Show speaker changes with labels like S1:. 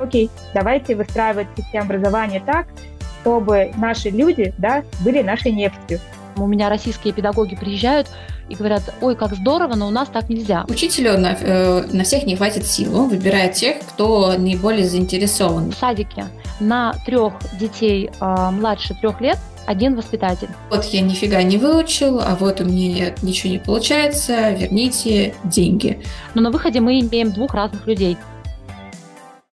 S1: окей, давайте выстраивать систему образования так, чтобы наши люди да, были нашей нефтью.
S2: У меня российские педагоги приезжают и говорят, ой, как здорово, но у нас так нельзя.
S3: Учителю на, э, на всех не хватит сил. Он выбирает тех, кто наиболее заинтересован.
S2: В садике на трех детей э, младше трех лет один воспитатель.
S3: Вот я нифига не выучил, а вот у меня ничего не получается, верните деньги.
S2: Но на выходе мы имеем двух разных людей.